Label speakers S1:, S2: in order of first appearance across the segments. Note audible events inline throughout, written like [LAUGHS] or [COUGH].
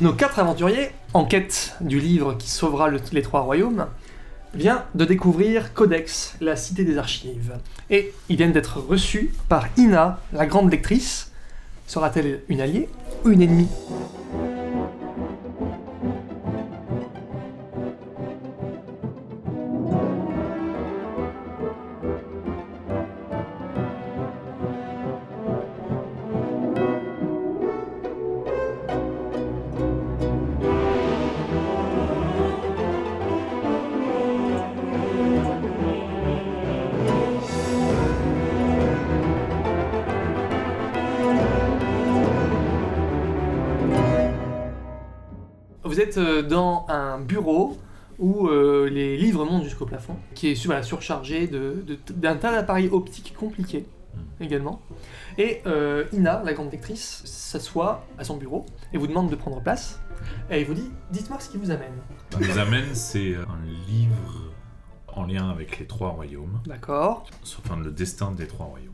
S1: Nos quatre aventuriers, en quête du livre qui sauvera le- les trois royaumes, vient de découvrir Codex, la cité des archives. Et ils viennent d'être reçus par Ina, la grande lectrice. Sera-t-elle une alliée ou une ennemie Vous êtes euh, dans un bureau où euh, les livres montent jusqu'au plafond, qui est sur- voilà, surchargé de- de- d'un tas d'appareils optiques compliqués également. Et euh, Ina, la grande lectrice, s'assoit à son bureau et vous demande de prendre place. Et elle vous dit Dites-moi ce qui vous amène.
S2: Ce qui nous amène, c'est un livre en lien avec les trois royaumes,
S1: D'accord
S2: enfin le destin des trois royaumes.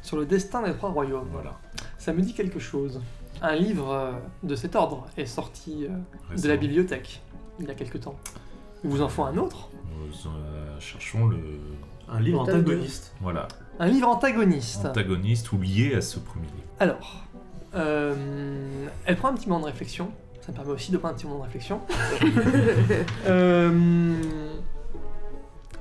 S1: Sur le destin des trois royaumes.
S2: Voilà.
S1: Ça me dit quelque chose. Un livre euh, de cet ordre est sorti euh, de la
S2: Récemment,
S1: bibliothèque il y a quelque temps. Il vous en faut un autre
S2: Nous euh, cherchons le
S3: Un livre
S4: Le tome
S3: antagoniste.
S2: voilà
S1: Un livre antagoniste.
S2: antagoniste ou lié à ce premier livre.
S1: Alors, euh, elle prend un petit moment de réflexion. Ça me permet aussi de prendre un petit moment de réflexion. Euh,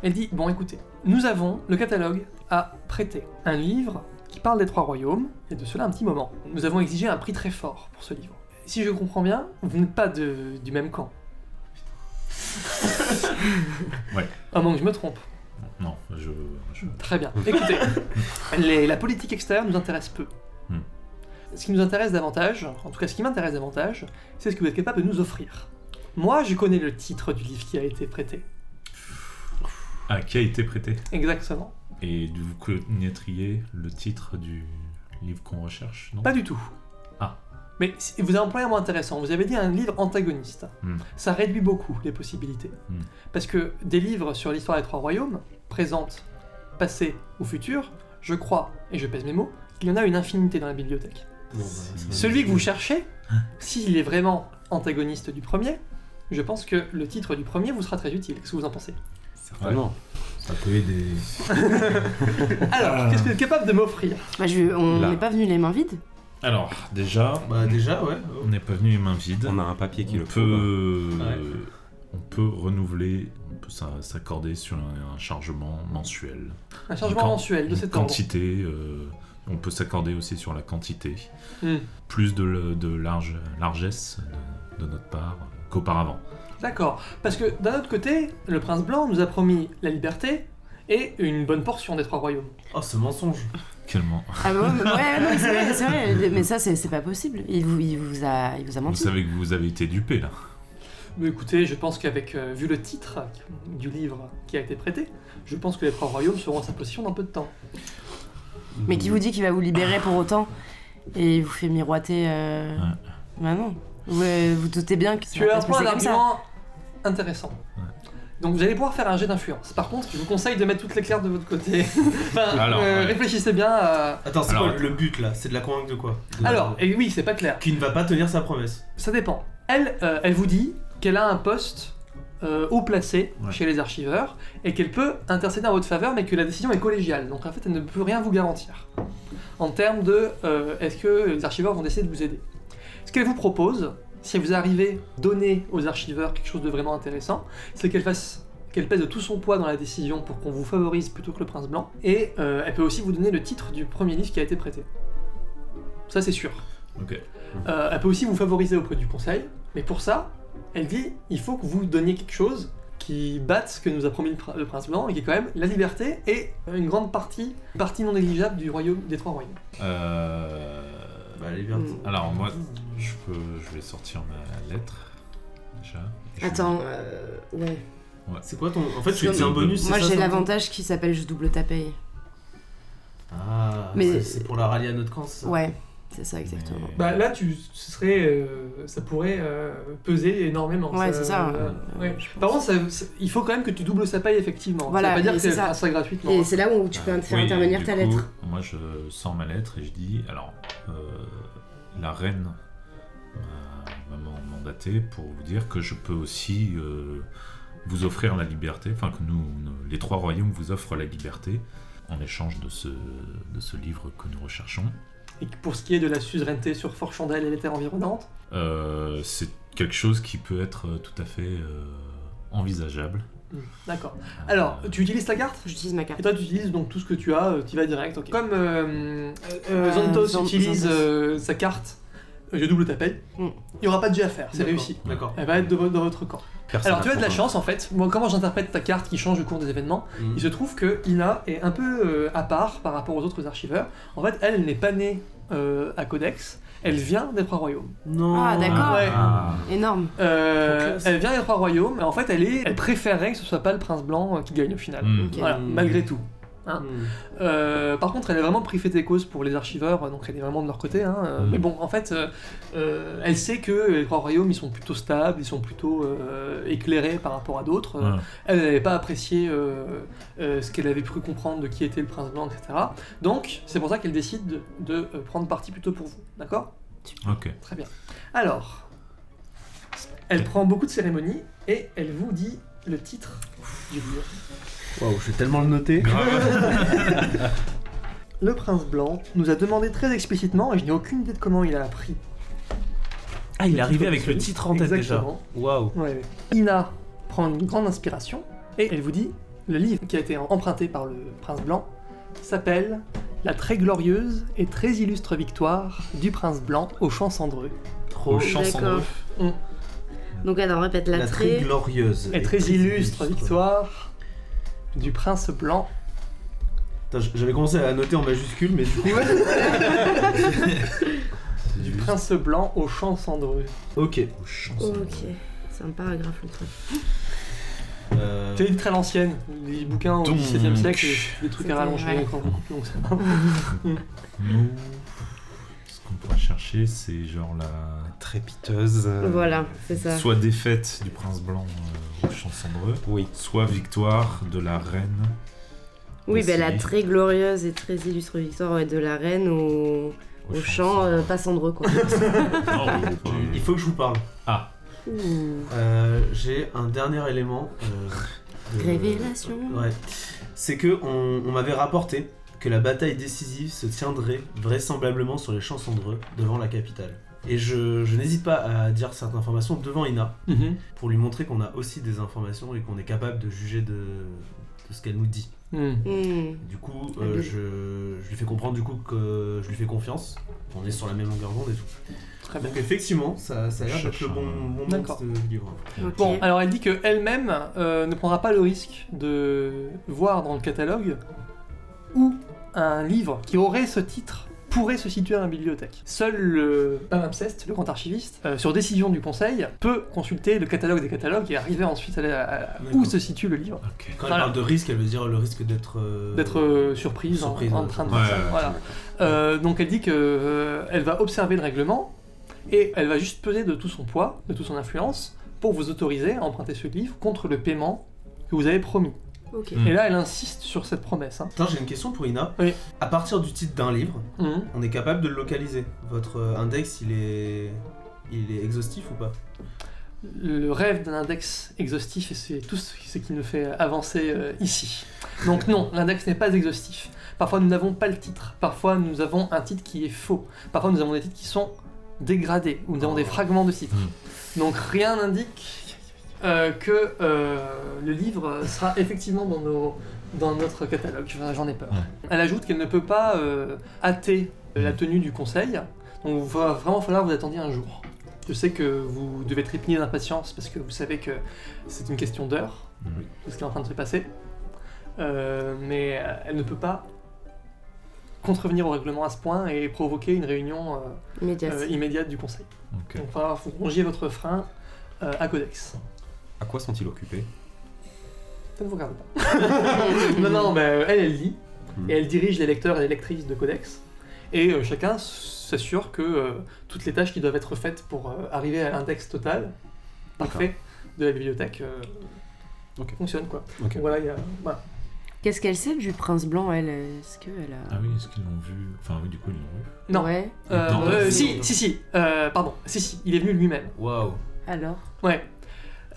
S1: elle dit Bon, écoutez, nous avons le catalogue à prêter. Un livre qui parle des trois royaumes, et de cela un petit moment. Nous avons exigé un prix très fort pour ce livre. Si je comprends bien, vous n'êtes pas de- du même camp.
S2: Ouais.
S1: À moins que je me trompe.
S2: Non, je, je-
S1: Très bien. Écoutez, les- la politique extérieure nous intéresse peu.
S2: Hmm.
S1: Ce qui nous intéresse davantage, en tout cas ce qui m'intéresse davantage, c'est ce que vous êtes capable de nous offrir. Moi, je connais le titre du livre qui a été prêté.
S2: ah qui a été prêté
S1: Exactement.
S2: et vous connaîtriez le titre du livre qu'on recherche non
S1: Pas du tout.
S2: Ah.
S1: Mais si- vous avez employé un mot intéressant. Vous avez dit un livre antagoniste.
S2: Hmm.
S1: Ça réduit beaucoup les possibilités.
S2: Hmm.
S1: Parce que des livres sur l'histoire des trois royaumes, présente, passé ou futur, je crois, et je pèse mes mots, qu'il y en a une infinité dans la bibliothèque.
S3: Bon, bah, ça va.
S1: Celui que vous cherchez, s'il est vraiment antagoniste du premier, je pense que le titre du premier vous sera très utile. Qu'est-ce que vous en pensez
S5: Ah
S3: Certainement.
S5: Ça peut aider.
S1: Alors, qu'est-ce que vous êtes capable de m'offrir
S4: Bah, je- on
S2: Là.
S4: n'est pas venu les mains vides.
S2: Alors déjà,
S3: Bah déjà, ouais.
S2: on n'est pas venu les mains vides.
S6: On a un papier qui
S2: on
S6: le prouve.
S2: peut, euh,
S3: Ouais.
S2: on peut renouveler, on peut s'a- s'accorder sur un, un chargement mensuel,
S1: Un chargement
S2: Une quan-
S1: mensuel de
S2: une
S1: cet ordre.
S2: quantité. euh, on peut s'accorder aussi sur la quantité,
S1: Hmm.
S2: plus de, le- de large, largesse de, de notre part qu'auparavant.
S1: D'accord. Parce que d'un autre côté, le prince blanc nous a promis la liberté et une bonne portion des trois royaumes.
S3: Oh, ce mensonge.
S2: Quel men-
S4: Ah bah ouais, mais- ouais, non, mais c'est vrai, c'est vrai. Mais ça, c'est c'est pas possible. Il vous, il vous a, il vous a
S2: Vous
S4: menti.
S2: savez que vous avez été dupé là.
S1: Mais écoutez, je pense qu'avec, euh, vu le titre du livre qui a été prêté, je pense que les trois royaumes seront à sa possession dans peu de temps.
S4: Mais qui vous dit qu'il va vous libérer pour autant et il vous fait miroiter. euh,
S2: Ouais.
S4: Bah non. Vous, euh, vous doutez bien que ça
S1: Tu
S4: va
S1: as
S4: pas
S1: un
S4: se
S1: point
S4: passer comme ça.
S1: d'argument intéressant.
S2: Ouais.
S1: Donc vous allez pouvoir faire un jet d'influence. Par contre, je vous conseille de mettre toutes les claires de votre côté. [LAUGHS] enfin,
S2: Alors,
S1: euh,
S2: ouais.
S1: réfléchissez bien. à-
S3: Attends, c'est
S2: Alors,
S3: quoi le but là C'est de la convaincre de quoi De-
S1: Alors, et oui, c'est pas clair.
S3: Qui ne va pas tenir sa promesse.
S1: Ça dépend. Elle, euh, elle vous dit qu'elle a un poste euh, haut placé
S2: Ouais.
S1: chez les archiveurs et qu'elle peut intercéder en votre faveur, mais que la décision est collégiale. Donc en fait, elle ne peut rien vous garantir. En termes de euh, est-ce que les archiveurs vont essayer de vous aider. Ce qu'elle vous propose, si vous arrivez à donner aux archiveurs quelque chose de vraiment intéressant, c'est qu'elle fasse qu'elle pèse de tout son poids dans la décision pour qu'on vous favorise plutôt que le prince blanc. Et euh, elle peut aussi vous donner le titre du premier livre qui a été prêté. Ça c'est sûr.
S2: Ok.
S1: Euh, elle peut aussi vous favoriser auprès du conseil, mais pour ça, elle dit il faut que vous donniez quelque chose qui batte ce que nous a promis le, prin- le prince blanc et qui est quand même la liberté et une grande partie, partie non négligeable du royaume des trois royaumes.
S2: Euh,
S3: Bah, allez, viens.
S4: Mm.
S2: Alors moi, je peux, je vais sortir ma lettre déjà. Je-
S4: Attends, euh, ouais.
S3: C'est quoi ton. En fait, tu
S2: Moi,
S3: dis un bonus, c'est
S4: Moi,
S3: ça,
S4: j'ai
S3: ton-
S4: l'avantage qui s'appelle je double taper.
S3: Ah,
S4: Mais-
S3: ouais, c'est pour la rallier à notre camp, c'est ça
S4: Ouais, c'est ça exactement.
S2: Mais-
S7: Bah là, tu ce serait, euh, ça pourrait euh, peser énormément.
S4: Ouais, c'est ça.
S7: euh,
S4: Euh,
S7: ouais.
S4: je pense.
S1: Par contre, ça- ça- il faut quand même que tu doubles sa paye effectivement.
S4: Voilà,
S1: ça veut pas
S4: mais
S1: dire que
S4: c'est
S1: tu
S4: ça.
S1: feras ça gratuitement.
S4: Et c'est là où tu peux
S2: Ah,
S4: faire
S2: oui,
S4: intervenir
S2: du
S4: ta
S2: coup,
S4: lettre.
S2: Moi, je sors ma lettre et je dis alors, euh, la reine m'a- m'a mandaté pour vous dire que je peux aussi euh, vous offrir la liberté, enfin que nous, nous- les trois royaumes vous offrent la liberté en échange de ce, de ce livre que nous recherchons.
S1: Et que pour ce qui est de la suzeraineté sur Fort Chandelle et les terres environnantes,
S2: Euh, c'est quelque chose qui peut être euh, tout à fait euh, envisageable.
S1: Mm. d'accord. Alors,
S2: Euh,
S1: tu utilises ta carte
S4: J'utilise ma
S1: Et
S4: carte.
S1: toi, tu utilises donc tout ce que tu as, tu vas direct. ok. Comme euh, euh,
S4: Euh,
S1: Zantos
S4: Zan-
S1: utilise
S4: Zantos.
S1: euh, sa carte, euh, je double ta paye,
S4: Mm.
S1: il n'y aura pas de jet à faire, c'est
S3: D'accord,
S1: réussi.
S3: D'accord.
S1: Elle va être de vo- dans votre camp.
S2: personne
S1: Alors, tu as de la
S2: pourquoi.
S1: chance en fait. Moi, comment j'interprète ta carte qui change au cours des événements
S3: Mhm.
S1: Il se trouve que Ina est un peu euh, à part par rapport aux autres archiveurs. En fait, elle n'est pas née euh, à Codex, elle vient des Trois Royaumes.
S3: Non.
S4: Ah, d'accord.
S1: Ouais.
S3: Ah.
S4: Énorme.
S1: Euh,
S3: Trop classe.
S1: elle vient des Trois Royaumes, et en fait, elle, est, elle préférait que ce soit pas le Prince Blanc euh, qui gagne au final.
S2: Hmm.
S4: Ok.
S1: Voilà,
S3: Mm.
S1: malgré tout.
S3: Mhm.
S1: Euh, par contre, elle est vraiment privée des causes pour les archiveurs, donc elle est vraiment de leur côté. hein. Euh,
S2: Mm.
S1: Mais bon, en fait, euh, euh, elle sait que les trois royaumes, ils sont plutôt stables, ils sont plutôt euh, éclairés par rapport à d'autres. Euh,
S2: Ouais.
S1: Elle n'avait pas apprécié euh, euh, ce qu'elle avait pu comprendre de qui était le prince blanc, etc. Donc, c'est pour ça qu'elle décide de, de, euh, prendre parti plutôt pour vous. D'accord
S2: Ok.
S1: Très bien. Alors, elle prend beaucoup de cérémonies et elle vous dit le titre du livre.
S5: Waouh, je vais tellement le noter.
S1: Le prince blanc nous a demandé très explicitement, et je n'ai aucune idée de comment il a appris.
S3: Ah, il est arrivé avec le titre en tête déjà.
S1: Exactement.
S3: Waouh.
S1: Ouais, ouais. Ina prend une grande inspiration et elle vous dit le livre qui a été emprunté par le prince blanc s'appelle La très glorieuse et très illustre victoire du prince blanc au champ cendreux.
S3: Trop
S2: Aux champs
S4: D'accord.
S2: cendreux.
S4: Donc attends, répète la,
S3: La très
S4: très.
S3: glorieuse.
S1: Et très illustre victoire du prince blanc.
S3: Putain, j- J'avais commencé à noter en majuscule, mais du coup.
S1: Du prince blanc au champ cendreux.
S3: ok.
S2: Aux champs cendreux.
S4: Ok. C'est un paragraphe le truc.
S3: Euh,
S1: C'est une très l'ancienne, les bouquins au
S2: Donc.
S1: XVIIe siècle, des trucs à rallonger
S4: Ouais.
S1: encore beaucoup plus longs que ça.
S2: Nous, ce qu'on pourrait chercher, c'est genre la
S5: Trépiteuse. euh,
S4: Voilà, c'est ça.
S2: Soit défaite du prince blanc euh, aux champs cendreux,
S5: Oui.
S2: soit victoire de la reine.
S4: Oui, ben la
S2: Décidé.
S4: très glorieuse et très illustre victoire ouais, de la reine au,
S2: aux
S4: au
S2: champs
S4: champ
S2: cendreux.
S4: euh, passandreux, quoi.
S2: Non, oui, oui, oui.
S3: Il faut que je vous parle.
S4: Ouh.
S3: Euh, J'ai un dernier élément. euh, de-
S4: Révélation.
S3: Ouais. C'est que on, on m'avait rapporté que la bataille décisive se tiendrait vraisemblablement sur les champs cendreux devant la capitale. Et je, je n'hésite pas à dire cette information devant Ina
S1: Mhm.
S3: pour lui montrer qu'on a aussi des informations et qu'on est capable de juger de, de ce qu'elle nous dit.
S1: Hmm.
S4: Hmm.
S3: Du coup, euh, je, je lui fais comprendre du coup que je lui fais confiance. On est sur la même longueur d'onde et tout.
S1: Très bien.
S3: Donc effectivement, ça, ça a l'air
S2: Je
S3: d'être le
S2: cherche
S3: bon,
S2: un-
S3: bon moment
S1: Ah bah. D'accord.
S3: de ce livre.
S4: Ok.
S1: Bon, alors elle dit que elle-même euh, ne prendra pas le risque de voir dans le catalogue où un livre qui aurait ce titre pourrait se situer à la bibliothèque. Seul le palimpseste, le grand archiviste, euh, sur décision du conseil, peut consulter le catalogue des catalogues et arriver ensuite à, la- à- où
S3: D'accord.
S1: se situe le livre,
S2: Ok.
S3: Quand
S1: Voilà.
S3: elle parle de risque, elle veut dire le risque d'être... euh,
S1: d'être euh, surprise, en-
S3: Surprise,
S1: en,
S3: ouais.
S1: train de
S2: Ouais,
S1: faire ça.
S2: ouais,
S1: Voilà. Euh, donc elle dit que euh, elle va observer le règlement et elle va juste peser de tout son poids, de toute son influence, pour vous autoriser à emprunter ce livre contre le paiement que vous avez promis.
S4: Ok.
S2: Mm.
S1: Et là, elle insiste sur cette promesse. hein.
S3: Putain, j'ai une question pour Ina.
S1: Oui.
S3: À partir du titre d'un livre, on est capable de le localiser. Votre euh, index, il est, il est exhaustif ou pas
S1: Le rêve d'un index exhaustif, et c'est tout ce ce qui nous fait avancer euh, ici. Donc non, l'index n'est pas exhaustif. Parfois, nous n'avons pas le titre. Parfois, nous avons un titre qui est faux. Parfois, nous avons des titres qui sont dégradés, ou nous avons des fragments de titres. Donc rien n'indique euh, que euh, le livre sera effectivement dans, nos, dans notre catalogue. J'en- J'en ai peur.
S2: Ouais.
S1: Elle ajoute qu'elle ne peut pas euh, hâter la tenue du conseil, donc il va vraiment falloir vous attendre un jour. Je sais que vous devez trépigner d'impatience parce que vous savez que c'est une question d'heure,
S2: Oui.
S1: de ce qui est en train de se passer. Euh, mais euh, elle ne peut pas contrevenir au règlement à ce point et provoquer une réunion euh,
S4: Médias.
S1: euh, immédiate du conseil.
S2: Ok.
S1: Donc il va falloir que vous rongiez votre frein euh, à Codex.
S5: À quoi sont-ils occupés
S1: Ça ne vous
S5: [LAUGHS]
S1: regarde pas. non, non, mais euh, elle, elle lit.
S5: Mhm.
S1: Et elle dirige les lecteurs et les lectrices de Codex. Et euh, chacun s- s'assure que euh, toutes les tâches qui doivent être faites pour euh, arriver à l'index total, parfait, de la bibliothèque, euh,
S5: Ok.
S1: fonctionnent, quoi.
S5: Ok.
S1: Donc Voilà, il y a- voilà.
S4: Qu'est-ce qu'elle sait du prince blanc, elle euh, Est-ce qu'elle a.
S2: Ah oui, est-ce qu'ils l'ont vu Enfin, oui, du coup, ils l'ont vu.
S1: Non.
S4: Ouais.
S1: Euh,
S2: Dans-
S1: euh, si, si, si, euh, pardon, si, si, il est venu lui-même.
S3: Waouh.
S4: Alors
S1: Ouais.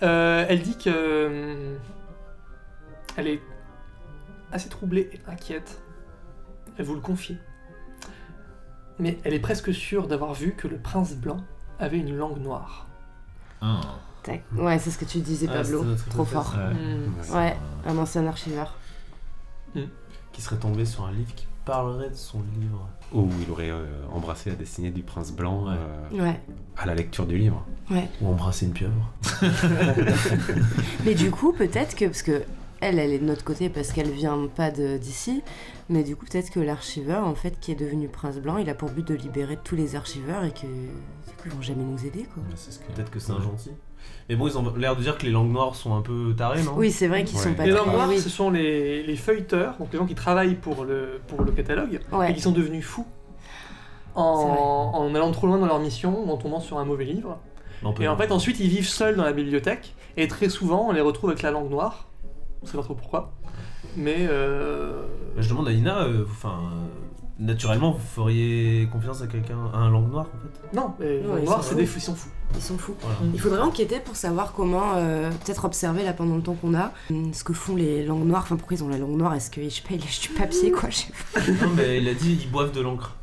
S1: Euh, elle dit que. euh, Elle est assez troublée et inquiète. Elle vous le confie. Mais elle est presque sûre d'avoir vu que le prince blanc avait une langue noire.
S2: Ah,
S4: Tac. Ouais, c'est ce que tu disais,
S3: Ah,
S4: Pablo.
S3: c'était notre
S4: Trop
S3: hypothèse.
S4: fort.
S2: ouais.
S4: Ouais,
S2: Ah,
S4: un ancien archiveur.
S3: Qui serait tombé sur un livre qui parlerait de son livre.
S5: Ou il aurait euh, embrassé la destinée du prince blanc
S2: Ouais.
S5: euh,
S4: Ouais.
S5: à la lecture du livre.
S3: Ou embrasser une pieuvre.
S4: Mais du coup, peut-être que. Parce que elle, elle est de notre côté parce qu'elle vient pas de- d'ici. Mais du coup, peut-être que l'archiveur, en fait, qui est devenu prince blanc, il a pour but de libérer tous les archiveurs et que. Du coup, ils vont jamais nous aider, quoi.
S2: Ouais, c'est ce que-
S3: Peut-être que c'est un gentil. Mais bon, ils ont l'air de dire que les langues noires sont un peu tarées, non
S4: Oui, c'est vrai qu'ils sont
S5: Ouais.
S4: pas
S1: les
S4: très-
S1: langues noires,
S4: Bah, oui.
S1: ce sont les, les feuilleteurs, donc les gens qui travaillent pour le, pour le catalogue, et
S4: Ouais.
S1: qui sont devenus fous
S4: C'est
S1: en, en allant trop loin dans leur mission ou en tombant sur un mauvais livre.
S3: Non, pas
S1: Et en
S3: non.
S1: fait, ensuite, ils vivent seuls dans la bibliothèque, et très souvent, on les retrouve avec la langue noire. On sait pas trop pourquoi. Mais euh,
S3: Bah, je demande à Ina, euh, enfin. euh, naturellement, vous feriez confiance à quelqu'un, à un langue noire, en fait
S1: non, les
S4: Ouais,
S1: langues
S4: ils
S1: noires,
S4: sont
S1: c'est
S4: fous.
S1: des fous, ils sont fous.
S4: Ils sont fous.
S3: Voilà.
S1: Mm.
S4: Il faudrait enquêter pour savoir comment, euh, peut-être observer là pendant le temps qu'on a, hum, ce que font les langues noires. Enfin, pourquoi ils ont la langue noire Est-ce que, je sais pas, ils lèchent du papier, quoi je sais pas.
S3: non, mais il a dit ils boivent de l'encre.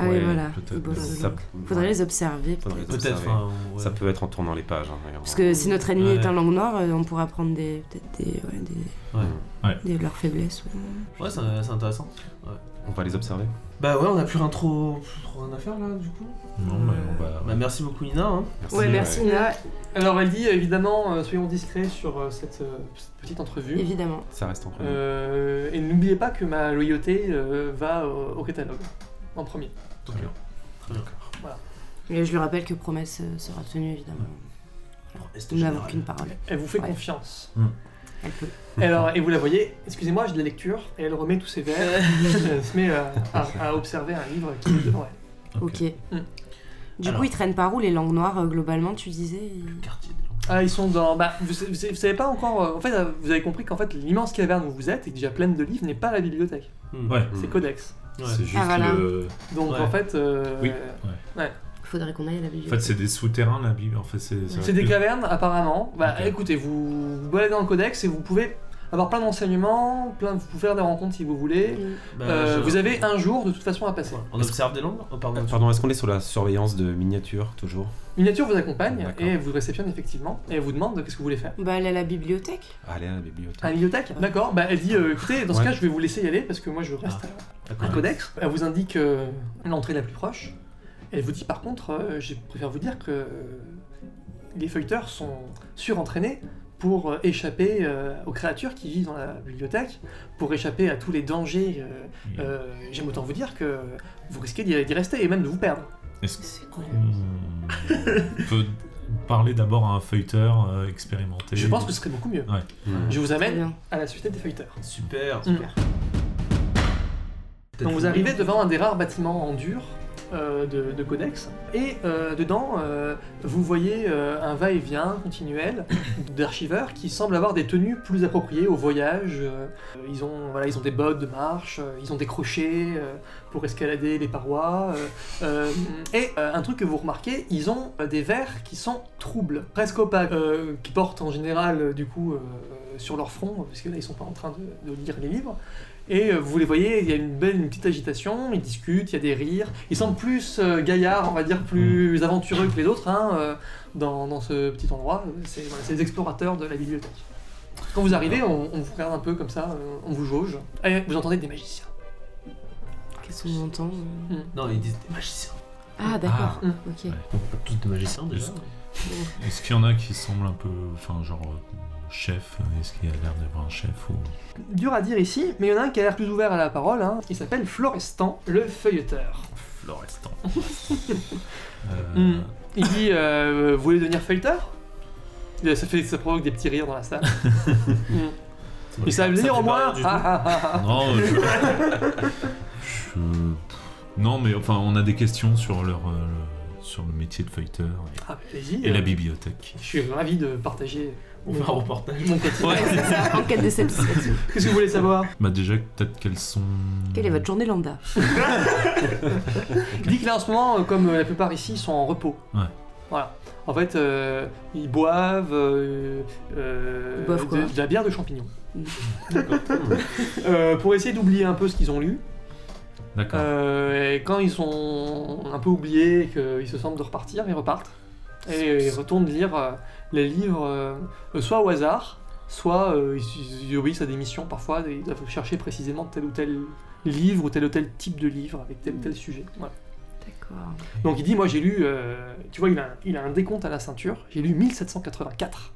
S4: Ah oui,
S2: Ouais,
S4: voilà.
S2: peut-être.
S4: Ils boivent de
S5: Ça-
S4: l'eau. Faudrait les observer.
S5: Faudrait les
S3: Peut-être,
S5: observer.
S3: enfin. ouais.
S5: Ça peut être en tournant les pages. hein, et en-
S4: Parce que si notre ennemi
S3: Ouais.
S4: est un langue noire, euh, on pourra prendre des, peut-être des, ouais, des,
S3: Ouais.
S2: Ouais.
S4: des- leurs faiblesses. ouais.
S3: Ouais, c'est c'est intéressant.
S5: On va les observer.
S3: Bah ouais, on a plus rien trop, plus trop rien à faire là, du coup.
S2: Non, mais on va.
S3: Bah merci beaucoup Ina. hein.
S5: euh,
S4: Ouais, merci Ina,
S1: Alors, elle dit évidemment, euh, soyons discrets sur euh, cette, euh, cette petite entrevue.
S4: évidemment.
S5: Ça reste entre nous.
S1: Euh, et n'oubliez pas que ma loyauté euh, va au, au catalogue en premier.
S4: Et je lui rappelle que promesse euh, sera tenue, évidemment.
S3: Est-ce que
S4: Nous n'avons
S3: général
S4: qu'une parole.
S1: Elle vous fait
S4: Ouais.
S1: confiance.
S4: Elle peut.
S1: Et Alors, et vous la voyez, excusez-moi, j'ai de la lecture, et elle remet tous ses
S4: [LAUGHS]
S1: verres, elle se met euh, à, à observer un livre qui. Ouais.
S4: Ok.
S1: Mm.
S4: Du
S3: Alors.
S4: coup, ils traînent par où les langues noires, euh, globalement, tu disais ils-
S3: Quartier des langues.
S1: Ah, ils sont dans. Bah, vous, sa- vous sa- vous savez pas encore. euh, En fait, euh, vous avez compris qu'en fait, l'immense caverne où vous êtes et déjà pleine de livres n'est pas la bibliothèque.
S3: Hmm.
S2: Ouais,
S1: C'est Codex.
S3: Ouais.
S2: c'est juste
S4: Ah, voilà.
S2: le.
S1: Donc
S3: Ouais.
S1: en fait. euh,
S2: Oui.
S4: Faudrait qu'on aille à la
S2: En fait,
S4: bibliothèque.
S2: c'est des souterrains, la Bible. En fait, c'est. ça va
S1: C'est
S2: plus-
S1: des cavernes, apparemment. Bah,
S2: Ok.
S1: écoutez, vous, vous baladez dans le Codex et vous pouvez avoir plein d'enseignements, plein, vous pouvez faire des rencontres si vous voulez.
S4: Mm.
S3: Bah,
S1: Euh,
S3: je-
S1: vous avez un jour de toute façon à passer.
S3: Ouais. On observe des langues Oh, pardon.
S5: Euh, Pardon, est-ce qu'on est sur la surveillance de miniatures toujours
S1: Miniature vous accompagne
S5: D'accord.
S1: et vous réceptionne effectivement et elle vous demande qu'est-ce que vous voulez faire.
S4: Bah, aller à la bibliothèque.
S5: Allez à la
S1: À la
S5: bibliothèque.
S1: bibliothèque D'accord. Bah, elle dit euh, écoutez, dans ce
S5: Ouais.
S1: cas, je vais vous laisser y aller parce que moi je reste à- un codex. Elle vous indique euh, l'entrée la plus proche. Elle vous dit par contre, euh, je préfère vous dire que euh, les feuilleteurs sont surentraînés pour euh, échapper euh, aux créatures qui vivent dans la bibliothèque, pour échapper à tous les dangers. euh, euh, J'aime autant vous dire que vous risquez d'y d'y rester et même de vous perdre.
S2: Est-ce
S4: C'est quoi
S1: Mm.
S2: qu'on peut parler d'abord à un feuilleteur euh, expérimenté
S1: Je pense que ce serait beaucoup mieux.
S5: Mmh.
S1: Je vous
S4: Très
S1: amène
S4: bien.
S1: à la suite des feuilleteurs.
S3: Ah, Super.
S1: Super. Donc vous arrivez devant un des rares bâtiments en dur euh, de, de Codex, et euh, dedans euh, vous voyez euh, un va-et-vient continuel d'archiveurs qui semblent avoir des tenues plus appropriées au voyage. euh, ils, ont, voilà, ils ont des bottes de marche, euh, ils ont des crochets euh, pour escalader les parois, euh, euh, et euh, un truc que vous remarquez, ils ont euh, des verres qui sont troubles, presque opaques, euh, qui portent en général euh, du coup euh, sur leur front, parce que là ils sont pas en train de- de lire les livres. Et euh, vous les voyez, il y a une belle, une petite agitation, ils discutent, il y a des rires. Ils semblent plus euh, gaillards, on va dire,
S3: Mm.
S1: plus aventureux que les autres hein, euh, dans, dans ce petit endroit. C'est voilà, c'est les explorateurs de la bibliothèque. Quand vous arrivez, on, on vous regarde un peu comme ça, euh, on vous jauge. Et vous entendez des magiciens.
S4: Qu'est-ce qu'on entend euh
S3: Non, ils disent des magiciens.
S4: Ah, d'accord.
S1: Ah.
S4: Ok.
S2: Ouais.
S3: Tous des magiciens déjà.
S2: Juste. Est-ce qu'il y en a qui semblent un peu. Enfin, genre. euh, Chef, est-ce qu'il y a l'air d'avoir un chef ou...
S1: Dur à dire ici, mais il y en a un qui a l'air plus ouvert à la parole. hein. Il s'appelle Florestan, le feuilleteur.
S2: Florestan Euh,
S1: [LAUGHS] Hmm. Il dit euh, Vous voulez devenir feuilleteur Et ça, fait, ça provoque des petits rires dans la
S3: [LAUGHS]
S1: salle. Mm. Et ça veut
S3: me
S1: dire
S3: fait
S1: au moins
S3: pas rire du
S1: Ah,
S3: tout.
S1: ah, ah, ah.
S2: Non, je... je- Non, mais enfin, on a des questions sur leur, euh, le- sur le métier de feuilleteur
S1: Ah, vas-y.
S2: et, et la
S1: euh,
S2: bibliothèque.
S1: Je suis ravi de partager
S3: On fait un reportage.
S1: mon quotidien.
S4: C'est [LAUGHS] ça, enquête
S1: [LAUGHS]
S4: de satisfaction.
S1: Qu'est-ce que vous voulez savoir
S2: Bah déjà, peut-être quels sont...
S4: Quelle est votre journée lambda
S1: Il dit que là en ce moment, euh, comme euh, la plupart ici, ils sont en repos.
S2: Ouais.
S1: Voilà. En fait, euh, ils boivent, euh, euh,
S4: Ils boivent quoi
S1: de, de la bière de champignons.
S4: Mm.
S1: [LAUGHS] Euh, pour essayer d'oublier un peu ce qu'ils ont lu.
S2: D'accord.
S1: Euh, et quand ils sont un peu oubliés et qu'ils se sentent de repartir, ils repartent. Et ils retournent lire euh, les livres, euh, euh, soit au hasard, soit euh, ils, ils obéissent à des missions parfois. Ils doivent chercher précisément tel ou tel livre ou tel ou tel type de livre avec tel ou
S2: Hmm.
S1: tel sujet. Voilà.
S4: D'accord.
S1: Donc il dit, moi j'ai lu, euh, tu vois, il a, il a un décompte à la ceinture, j'ai lu 1784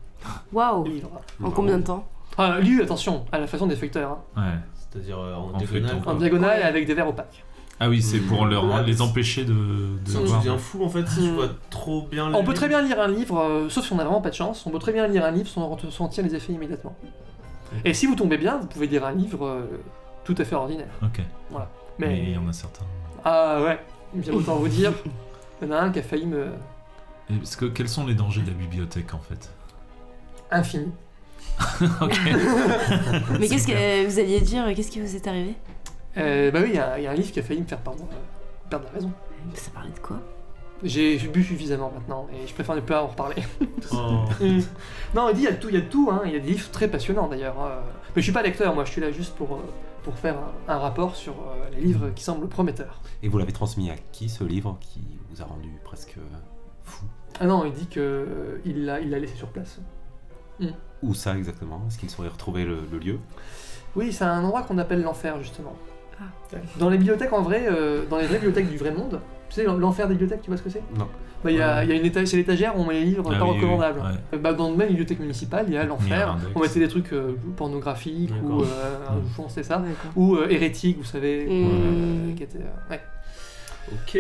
S4: Waouh
S1: livres.
S4: En combien
S1: [LAUGHS]
S4: de temps
S1: Ah, lu, attention, à la façon des feuilleteurs, hein.
S2: Ouais.
S3: C'est-à-dire euh, en,
S2: En
S3: diagonale.
S2: feuilleton,
S1: en
S2: Ouais.
S1: diagonale et avec des verres opaques.
S2: Ah oui, c'est pour leur,
S3: Ah,
S2: les
S3: c'est-
S2: empêcher de, de
S3: Si on
S2: voir.
S3: devient fou en fait, si tu
S1: Mm.
S3: vois trop bien la
S1: On peut
S3: lune.
S1: très bien lire un livre, euh, sauf si on n'a vraiment pas de chance, on peut très bien lire un livre sans ressentir les effets immédiatement. Et si vous tombez bien, vous pouvez lire un livre euh, tout à fait ordinaire.
S2: Ok, mais... il
S1: Mais...
S2: y en a certains.
S1: Ah ouais, bien autant vous
S2: [LAUGHS]
S1: dire, il y en a un qui a failli me...
S2: Et parce que quels sont les dangers de la bibliothèque en
S4: [LAUGHS]
S2: fait Ah
S1: Infini.
S2: Ok.
S4: Mais qu'est-ce que euh, vous alliez dire Qu'est-ce qui vous est arrivé
S1: Euh, bah oui, il y, a il y a un livre qui a failli me faire perdre, euh, perdre la raison.
S4: Ça parlait de quoi
S1: J'ai bu suffisamment maintenant et je préfère ne pas en reparler.
S3: Oh.
S2: Mm.
S1: [LAUGHS] non, il dit il y a de tout, il y a de tout, hein. il y a des livres très passionnants d'ailleurs. euh. Mais je suis pas lecteur, moi je suis là juste pour, euh, pour faire un, un rapport sur euh, les livres qui semblent prometteurs.
S5: Et vous l'avez transmis à qui ce livre qui vous a rendu presque euh, fou
S1: Ah non, il dit que euh, il l'a il l'a laissé sur place.
S5: Où ça exactement Est-ce qu'il saurait retrouver le, le lieu
S1: Oui, c'est un endroit qu'on appelle l'enfer justement.
S4: Ah.
S1: Dans les bibliothèques en vrai, euh, dans les vraies bibliothèques du vrai monde, tu sais, l'enfer des bibliothèques, tu vois ce que c'est
S5: Non.
S1: Bah, il y a, il y a une étagère, c'est l'étagère où on met les livres
S2: Ah
S1: pas
S2: oui, oui,
S1: recommandables.
S2: oui, ouais.
S1: Euh, bah, dans le même bibliothèque municipale, il y a l'enfer,
S2: index.
S1: on mettait des trucs euh, pornographiques ou
S3: D'accord.
S1: euh,
S2: Mm.
S1: je pense que c'est ça.
S4: Ah, D'accord.
S1: ou euh, hérétique, vous savez,
S4: Mm.
S1: euh, qui était, euh, ouais.
S3: Ok.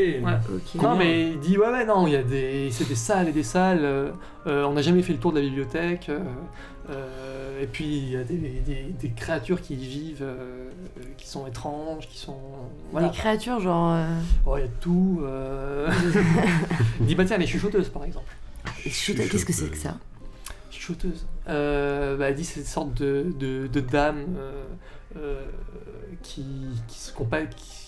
S4: Ok.
S1: Non, mais il dit ouais, ouais, non, il y a des, c'est des salles et des salles. euh, euh, on n'a jamais fait le tour de la bibliothèque. euh, euh, et puis il y a des, des- des créatures qui y vivent, euh, euh, qui sont étranges, qui sont voilà.
S4: Des créatures genre euh,
S1: Oh, il y a de tout. euh. il dit bah tiens les chuchoteuses par exemple.
S4: shoot- Qu'est-ce que c'est que ça
S1: Chuchoteuses. Euh, bah, il dit c'est une sorte de, de, de dames euh, euh, qui qui se compa- qui-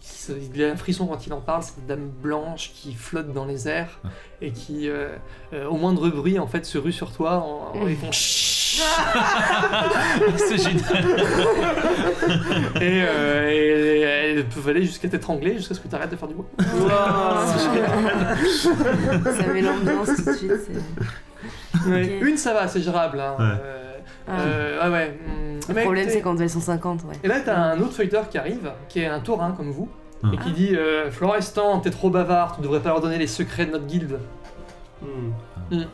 S1: qui se- il a un frisson quand il en parle, cette dame blanche qui flotte dans les airs
S2: Ah.
S1: et qui, euh, euh, au moindre bruit, en fait, se rue sur toi en, en- et font Chut
S2: [LAUGHS] C'est génial.
S1: et, euh, et- et elles peuvent aller jusqu'à t'étrangler, jusqu'à ce que tu arrêtes de faire du bruit.
S4: [LAUGHS] Ça met l'ambiance tout de suite. c'est-
S1: Ouais. Une, ça va, c'est gérable. hein.
S2: Ouais.
S1: Euh,
S4: Ah.
S1: euh, ouais, ouais, hum.
S4: Le
S1: Mais
S4: problème
S1: t'es-
S4: c'est quand elles sont 50, ouais.
S1: Et là, t'as un autre feuilleteur qui arrive, qui est un taurin comme vous,
S2: Ah.
S1: et qui dit euh, Florestan, t'es trop bavard, tu devrais pas leur donner les secrets de notre guilde.
S3: Hmm.
S2: euh,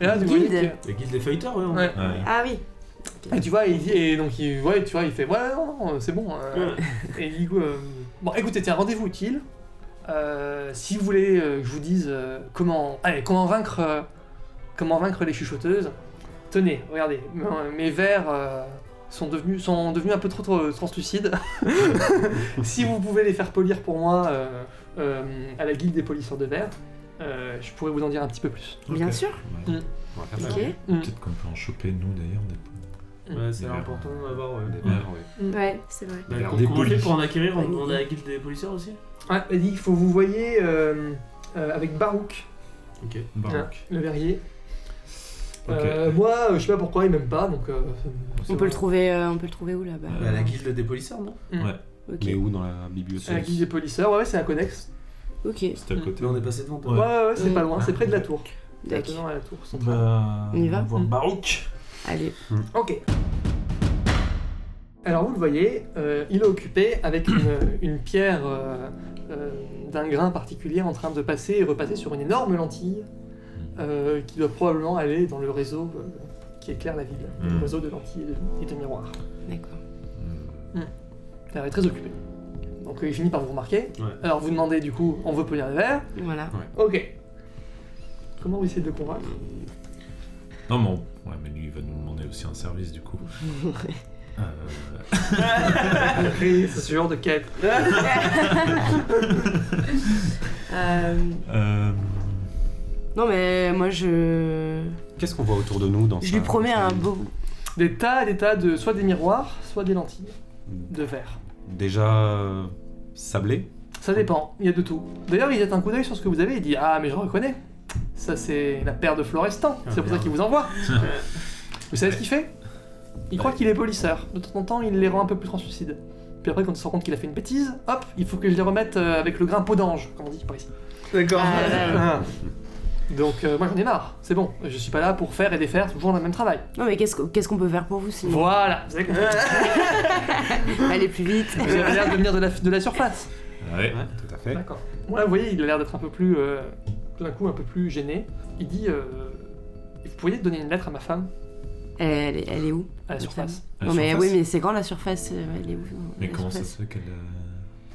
S1: Et là, tu vois,
S4: Guilde
S3: La guilde des fighters, ouais. on-
S1: Ouais.
S2: Ouais.
S4: Ah oui.
S1: Et tu vois, il dit, et donc il, ouais, tu vois, il fait ouais, non, non, c'est bon. euh, et il dit euh, bon, écoutez, tiens, rendez-vous utile. Euh, si vous voulez euh, que je vous dise euh, comment, allez, comment vaincre, euh, comment vaincre les chuchoteuses, tenez, regardez, mes- mes verres euh, sont devenus sont devenus un peu trop, trop translucides. [LAUGHS] si vous pouvez les faire polir pour moi euh, euh, à la guilde des polisseurs de verre, euh, je pourrais vous en dire un petit peu plus.
S4: Bien sûr.
S5: Ouais.
S1: Mm.
S5: On va faire ça.
S4: Ok.
S2: ah. Peut-être qu'on peut en choper nous d'ailleurs. Des...
S3: Ouais, c'est
S2: Des
S3: important d'avoir. Ouais.
S5: Des verres, ouais.
S4: Ouais, c'est vrai.
S3: Bah,
S2: Des
S3: comment on fait
S2: polices.
S3: pour en acquérir
S4: Bah,
S3: On demande à la guilde des policiers aussi
S1: Ah, il dit qu'il faut vous voyez euh, euh, avec Barouk.
S3: Ok.
S2: Baroque.
S1: Ah, Le verrier.
S2: Ok.
S1: Euh, moi, euh, je sais pas pourquoi, il m'aime pas, donc... euh, c'est-
S4: On peut le trouver, euh, on peut le trouver où là-bas
S3: Bah, la guilde des policiers, non
S4: Ok.
S5: Mais où dans la
S1: C'est la
S5: bibliothèque
S1: guilde des polisseurs, ouais, ouais, c'est à Connex.
S4: Ok.
S2: C'est à côté.
S3: Mais on est passé devant toi.
S1: Ouais, ouais, ouais, c'est
S4: Mm.
S1: pas loin, c'est près de la tour. C'est
S4: D'accord.
S1: attenant à la tour centrale.
S2: Bah,
S4: On y va Hmm.
S2: voir
S1: Mm.
S2: Baroque.
S4: Allez.
S1: Ok. Alors vous le voyez, euh, il est occupé avec une, une pierre euh, euh, d'un grain particulier en train de passer et repasser sur une énorme lentille euh, qui doit probablement aller dans le réseau euh, qui éclaire la ville, le
S2: Mm.
S1: réseau de lentilles et de, et de miroirs.
S4: D'accord.
S1: Elle est très occupé. Donc euh, il finit par vous remarquer.
S3: Ouais.
S1: Alors vous demandez du coup, on veut polir les verres
S4: Voilà.
S1: Ok. Comment vous essayez de le convaincre
S2: Non, mais, on- ouais, mais lui, il va nous demander aussi un service
S1: [LAUGHS]
S2: du coup. Euh,
S1: C'est sûr de quête.
S4: Euh,
S2: Euh,
S4: non, mais moi je.
S5: Qu'est-ce qu'on voit autour de nous dans
S4: Je
S5: ça
S4: lui promets un beau.
S1: Des tas, des tas de soit des miroirs, soit des lentilles de verre.
S5: Déjà euh, sablé
S1: Ça dépend, il y a de tout. D'ailleurs, il jette un coup d'œil sur ce que vous avez, il dit Ah, mais je reconnais. Ça, c'est la paire de Florestan, c'est pour ça qu'il vous envoie. vous savez ce qu'il fait Il croit qu'il est polisseur. De temps en temps, il les rend un peu plus translucides. Puis après, quand il se rend compte qu'il a fait une bêtise, hop, il faut que je les remette euh, avec le grain peau d'ange, comme on dit par ici.
S3: D'accord.
S4: Ah, là, là.
S1: Donc, euh, moi, j'en ai marre, c'est bon. Je suis pas là pour faire et défaire toujours le même travail.
S4: Non, mais qu'est-ce qu'on qu'est-ce qu'on peut faire pour vous sinon
S1: Voilà, vous avez compris.
S4: Allez plus vite.
S1: Vous avez l'air de venir de la, de la surface.
S2: ouais.
S5: Ouais, tout à fait.
S1: D'accord. Ouais, vous voyez, il a l'air d'être un peu plus. euh, tout d'un coup, un peu plus gêné. Il dit euh, Vous pourriez donner une lettre à ma femme
S4: Elle, est- elle est où
S1: à la surface
S2: La
S4: Non, mais
S2: surface.
S4: oui, mais c'est quand la surface euh, Elle est où
S2: Mais
S4: la
S2: comment ça
S4: surface
S2: se fait qu'elle. euh,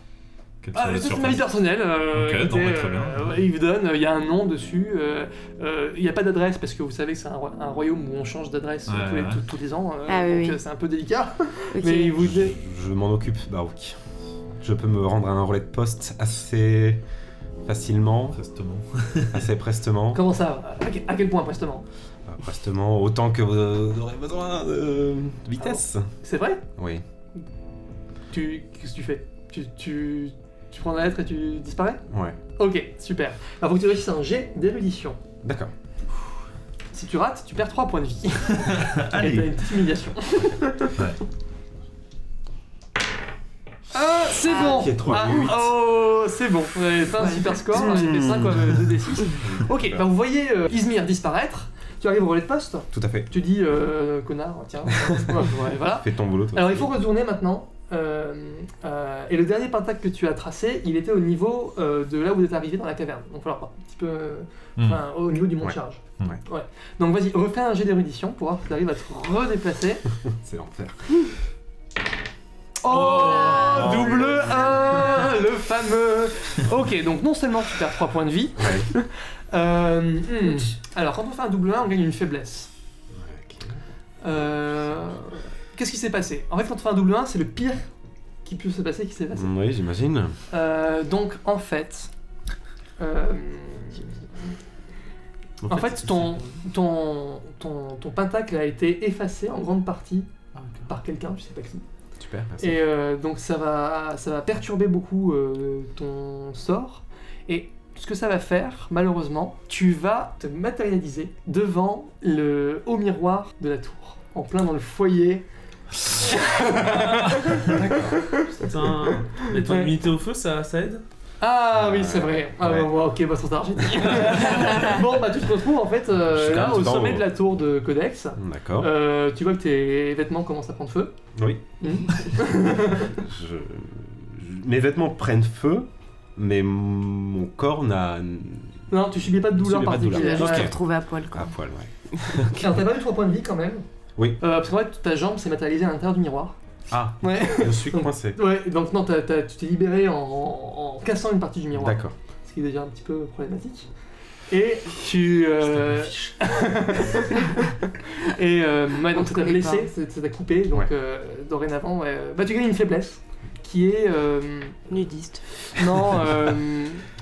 S2: qu'elle
S1: Ah,
S2: soit
S1: mais
S2: la
S1: ça, c'est ma vie
S2: surface
S1: personnelle. euh,
S2: Ok, non,
S1: écoutez,
S2: bah, très bien.
S1: euh, il vous donne, euh, il y a un nom dessus. euh, euh, Il n'y a pas d'adresse parce que vous savez que c'est un, roi- un royaume où on change d'adresse euh,
S2: Ouais,
S1: tous, les-
S2: ouais.
S1: tous- tous les ans. euh,
S4: Ah, oui,
S1: donc
S4: oui.
S1: euh, c'est un peu délicat.
S4: Ok.
S1: Mais il vous dit.
S5: Je, je m'en occupe, Barouk. Je peux me rendre à un relais de poste assez facilement,
S2: Prestement.
S5: assez prestement.
S1: Comment ça à quel- À quel point, prestement
S5: Euh, Prestement, autant que vous aurez besoin de vitesse.
S1: C'est vrai
S5: Oui.
S1: Tu Qu'est-ce que tu fais tu, tu, tu prends la lettre et tu disparais
S5: Ouais.
S1: Ok, super. Alors, faut que tu réussisses un jet d'érudition.
S5: D'accord.
S1: Si tu rates, tu perds 3 points de vie. Allez. t'as une petite humiliation. Ah, c'est bon
S5: qui est trois,
S1: Ah,
S5: huit.
S1: oh, c'est bon. Vous avez fait un super score, vous avez fait euh, 5 2d6. Ok, bah vous voyez euh, Izmir disparaître. Tu arrives au relais de poste,
S5: Tout à fait.
S1: tu dis euh, connard, tiens, [LAUGHS] ouais, voilà.
S5: Fais ton boulot, toi.
S1: Alors il faut retourner maintenant. euh, euh, et le dernier pentacle que tu as tracé, il était au niveau euh, de là où vous êtes arrivé dans la caverne. Donc il va falloir pas un petit peu. euh,
S2: Hmm.
S1: Enfin, au niveau du mont
S5: Ouais.
S1: charge.
S5: Ouais.
S1: Donc vas-y, refais un jet d'érudition pour voir si tu arrives à te redéplacer.
S5: C'est l'enfer.
S1: Oh, Double 1 Le fameux Ok, donc non seulement tu perds 3 points de vie. [LAUGHS] Euh, hmm. Alors, quand on fait un double 1, on gagne une faiblesse. Euh, Qu'est-ce qui s'est passé En fait, quand on fait un double 1, c'est le pire qui peut se passer qui s'est passé.
S5: Oui, j'imagine.
S1: Euh, donc, en fait. euh, en fait, ton, ton, ton, ton pentacle a été effacé en grande partie par quelqu'un, je sais pas qui.
S5: Super, merci.
S1: Et euh, donc ça va, ça va perturber beaucoup euh, ton sort. Et ce que ça va faire, malheureusement, tu vas te matérialiser devant le haut miroir de la tour, en plein dans le foyer.
S7: Putain, mais ton
S1: Ouais.
S7: immunité au feu, ça, ça aide
S1: Ah oui, c'est vrai. Ah
S5: Ouais.
S1: bon, bon, ok, bah trop tard, j'ai
S5: [LAUGHS]
S1: dit. bon, bah tu te retrouves en fait euh,
S5: Je suis quand
S1: là
S5: même
S1: au
S5: tout en
S1: sommet
S5: haut.
S1: de la tour de Codex.
S5: D'accord.
S1: Euh, tu vois que tes vêtements commencent à prendre feu.
S5: Oui.
S1: Mhm.
S5: Je- [LAUGHS] je- Mes vêtements prennent feu, mais mon corps n'a.
S1: Non, tu subis pas de douleur
S5: Subis pas de douleur.
S4: Tu vas
S1: particulière.
S4: juste te
S5: Ok.
S4: retrouver à poil
S5: à
S4: quoi.
S5: poil, ouais.
S1: Alors t'as perdu 3 points de vie quand même.
S5: Oui.
S1: Euh, parce qu'en fait ta jambe s'est matérialisée à l'intérieur du miroir.
S5: Ah,
S1: Ouais.
S5: je suis coincé.
S1: Ouais, donc non, t'as- t'as- tu t'es libéré en, en- en cassant une partie du miroir,
S5: D'accord.
S1: ce qui est déjà un petit peu problématique. Et tu... euh, [LAUGHS] et euh, ouais,
S4: On
S1: donc
S4: te
S1: ça t'a
S4: connaît
S1: blessé,
S4: pas.
S1: ça ça t'a coupé, donc
S5: Ouais.
S1: euh, dorénavant, ouais, euh, bah tu gagnes une faiblesse, qui est... euh,
S4: Nudiste.
S1: non, euh,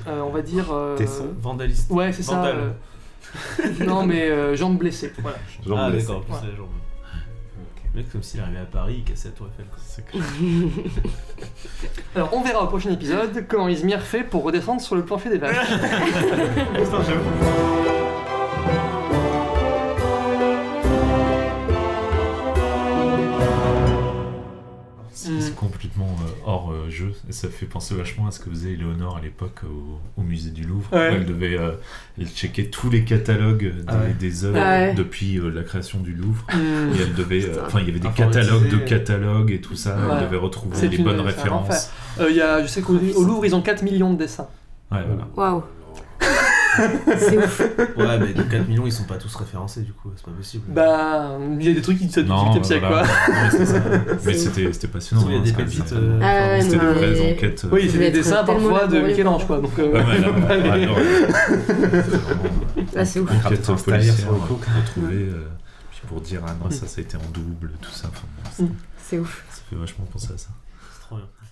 S1: euh, on va dire... euh,
S5: Tes sons.
S3: Vandaliste.
S1: Ouais, c'est ça.
S3: Vandale.
S1: euh, non, mais euh, jambe blessée, voilà.
S5: J'en
S3: ah,
S5: blesse.
S3: d'accord, plus la jambe. Le Mec, comme s'il arrivait à Paris, il cassait la tour Eiffel. quoi.
S1: Alors on verra au prochain épisode comment Izmir fait pour redescendre sur le plancher des vaches.
S2: C'est c'est complètement euh, hors euh, jeu. Et ça fait penser vachement à ce que faisait Eleonore à l'époque au, au musée du Louvre.
S1: Ouais.
S2: où Elle devait euh, elle checker tous les catalogues des,
S5: Ah ouais.
S2: des œuvres
S4: Ah ouais.
S2: depuis euh, la création du Louvre.
S1: Hmm.
S2: Et elle devait. euh, Enfin, il y avait des
S3: Informatiser.
S2: catalogues de catalogues et tout ça.
S1: Ouais.
S2: Elle devait retrouver
S1: C'est
S2: les
S1: une-
S2: bonnes
S1: c'est un
S2: références.
S1: Euh, il y a, je sais qu'au au Louvre, ils ont 4 millions de dessins.
S2: Ouais, voilà.
S4: Waouh. C'est ouf.
S3: Ouais, mais donc 4 millions, ils sont pas tous référencés, du coup, c'est pas possible.
S1: Bah, il y a des trucs qui datent du 18 e siècle,
S2: bah voilà.
S1: quoi.
S2: Ouais,
S1: [LAUGHS]
S2: c'est ça. Mais
S4: ouf.
S2: c'était c'était passionnant.
S3: Sinon, il y a
S2: hein,
S3: des
S2: ça-
S3: pépites.
S2: ça-
S3: euh,
S4: Ah ouais,
S2: C'était de
S4: non, mais-
S2: vraies enquêtes. euh,
S1: Oui, c'est
S4: va
S1: des
S4: être
S1: dessins
S4: tellement
S1: parfois de
S4: laborieux.
S1: Michel-Ange, quoi. Donc, euh,
S2: Pas mal, hein.
S1: [LAUGHS] allez.
S2: Alors, euh, c'est vraiment,
S1: [LAUGHS]
S2: euh,
S4: Ah, c'est ouf.
S5: Ah,
S2: enquête
S5: putain, c'est derrière
S2: policière
S5: sur le coup.
S2: pour retrouver, euh, puis pour dire ah non ça ça a été en double tout ça. Enfin,
S4: C'est ouf.
S2: ça fait vachement penser à ça.
S3: C'est trop bien.